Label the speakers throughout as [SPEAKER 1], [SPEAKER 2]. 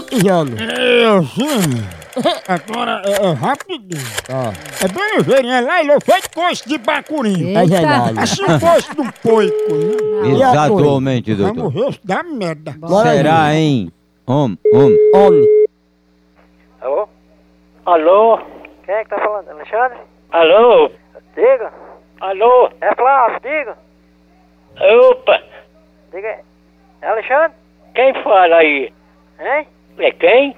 [SPEAKER 1] espirrando.
[SPEAKER 2] Eu sim. É, hum. Agora é, é rapidinho.
[SPEAKER 1] Ah,
[SPEAKER 2] É bem ligeirinho, é lá ele é feito coice de bacurinho.
[SPEAKER 1] É
[SPEAKER 3] Eita.
[SPEAKER 1] verdade.
[SPEAKER 2] Assim o coice do poico, né?
[SPEAKER 4] Exatamente,
[SPEAKER 2] Vai
[SPEAKER 4] doutor.
[SPEAKER 2] morrer, isso dá merda.
[SPEAKER 1] Bora aí.
[SPEAKER 4] Será, hein? Homem, homem.
[SPEAKER 1] Homem.
[SPEAKER 5] Alô?
[SPEAKER 6] Alô?
[SPEAKER 5] Quem é que tá falando? Alexandre?
[SPEAKER 6] Alô?
[SPEAKER 5] Diga.
[SPEAKER 6] Alô?
[SPEAKER 5] É Flávio, diga.
[SPEAKER 6] Opa!
[SPEAKER 5] Diga aí. É Alexandre?
[SPEAKER 6] Quem fala aí?
[SPEAKER 5] Hein?
[SPEAKER 6] É quem?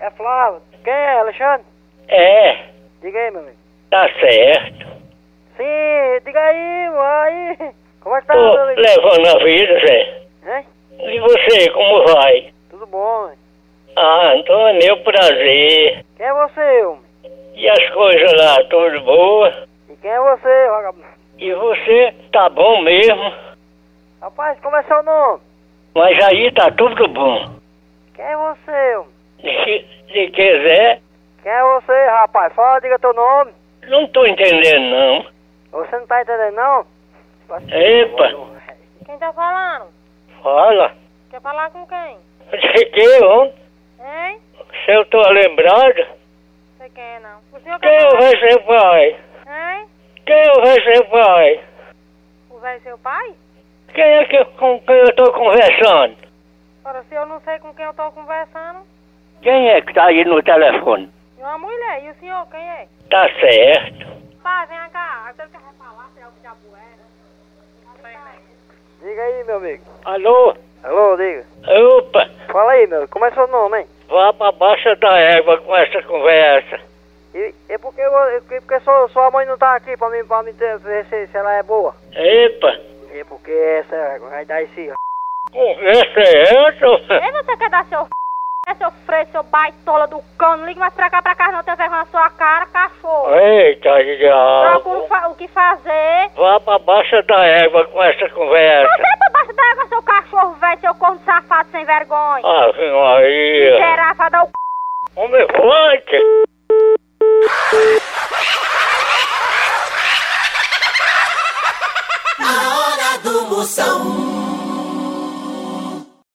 [SPEAKER 5] É Flávio. Quem é, Alexandre?
[SPEAKER 6] É,
[SPEAKER 5] Diga aí, meu amigo.
[SPEAKER 6] tá certo.
[SPEAKER 5] Sim, diga aí, mano. Aí. Como é que tá,
[SPEAKER 6] Tô
[SPEAKER 5] doutor?
[SPEAKER 6] levando a vida, Zé.
[SPEAKER 5] Hein?
[SPEAKER 6] E você, como vai?
[SPEAKER 5] Tudo bom, hein?
[SPEAKER 6] Ah, então é meu prazer.
[SPEAKER 5] Quem é você, homem?
[SPEAKER 6] E as coisas lá, tudo boa?
[SPEAKER 5] E quem é você, vagabundo?
[SPEAKER 6] E você, tá bom mesmo?
[SPEAKER 5] Rapaz, como é seu nome?
[SPEAKER 6] Mas aí tá tudo bom.
[SPEAKER 5] Quem é você, homem?
[SPEAKER 6] De que, de que Zé?
[SPEAKER 5] Quem é você, rapaz? Fala, diga teu nome.
[SPEAKER 6] Não tô entendendo, não.
[SPEAKER 5] Você não tá entendendo, não?
[SPEAKER 6] Epa,
[SPEAKER 7] Quem tá falando?
[SPEAKER 6] fala.
[SPEAKER 7] Quer falar com quem?
[SPEAKER 6] De que, homem?
[SPEAKER 7] Hein?
[SPEAKER 6] Se eu tô lembrado...
[SPEAKER 7] Você quer não? O senhor
[SPEAKER 6] Quem é
[SPEAKER 7] quer
[SPEAKER 6] vai ser pai?
[SPEAKER 7] falar? Hein?
[SPEAKER 6] Quem é vai ser pai?
[SPEAKER 7] O velho seu pai?
[SPEAKER 6] Quem é que, com quem eu tô conversando?
[SPEAKER 7] Ora, se eu não sei com quem eu tô conversando,
[SPEAKER 6] Quem é que tá aí no telefone?
[SPEAKER 7] é uma mulher. E o senhor quem é?
[SPEAKER 6] Tá certo.
[SPEAKER 7] Pai, vem cá. Aquele que vai falar, se é o que diabo é, né?
[SPEAKER 5] Diga aí, meu amigo.
[SPEAKER 6] Alô?
[SPEAKER 5] Alô, diga.
[SPEAKER 6] Opa!
[SPEAKER 5] Fala aí, meu. Como é seu nome, hein?
[SPEAKER 6] Vá pra baixa da égua com essa conversa.
[SPEAKER 5] E, e porque, eu- e porque sua, sua mãe não tá aqui pra mim, pra mim ter, ver se, se ela é boa?
[SPEAKER 6] Epa!
[SPEAKER 5] E porque essa vai dar esse.
[SPEAKER 6] Conversa é essa?
[SPEAKER 7] Ei, você quer dar seu f... É seu freio, seu baitola do cão. Não liga mais pra cá, pra cá, não. Tem vergonha na sua cara, cachorro.
[SPEAKER 6] Eita,
[SPEAKER 7] Troca o
[SPEAKER 6] diabo!
[SPEAKER 7] fa- o que fazer.
[SPEAKER 6] Vá pra baixa da égua com essa
[SPEAKER 7] Você
[SPEAKER 6] conversa. Ah, é.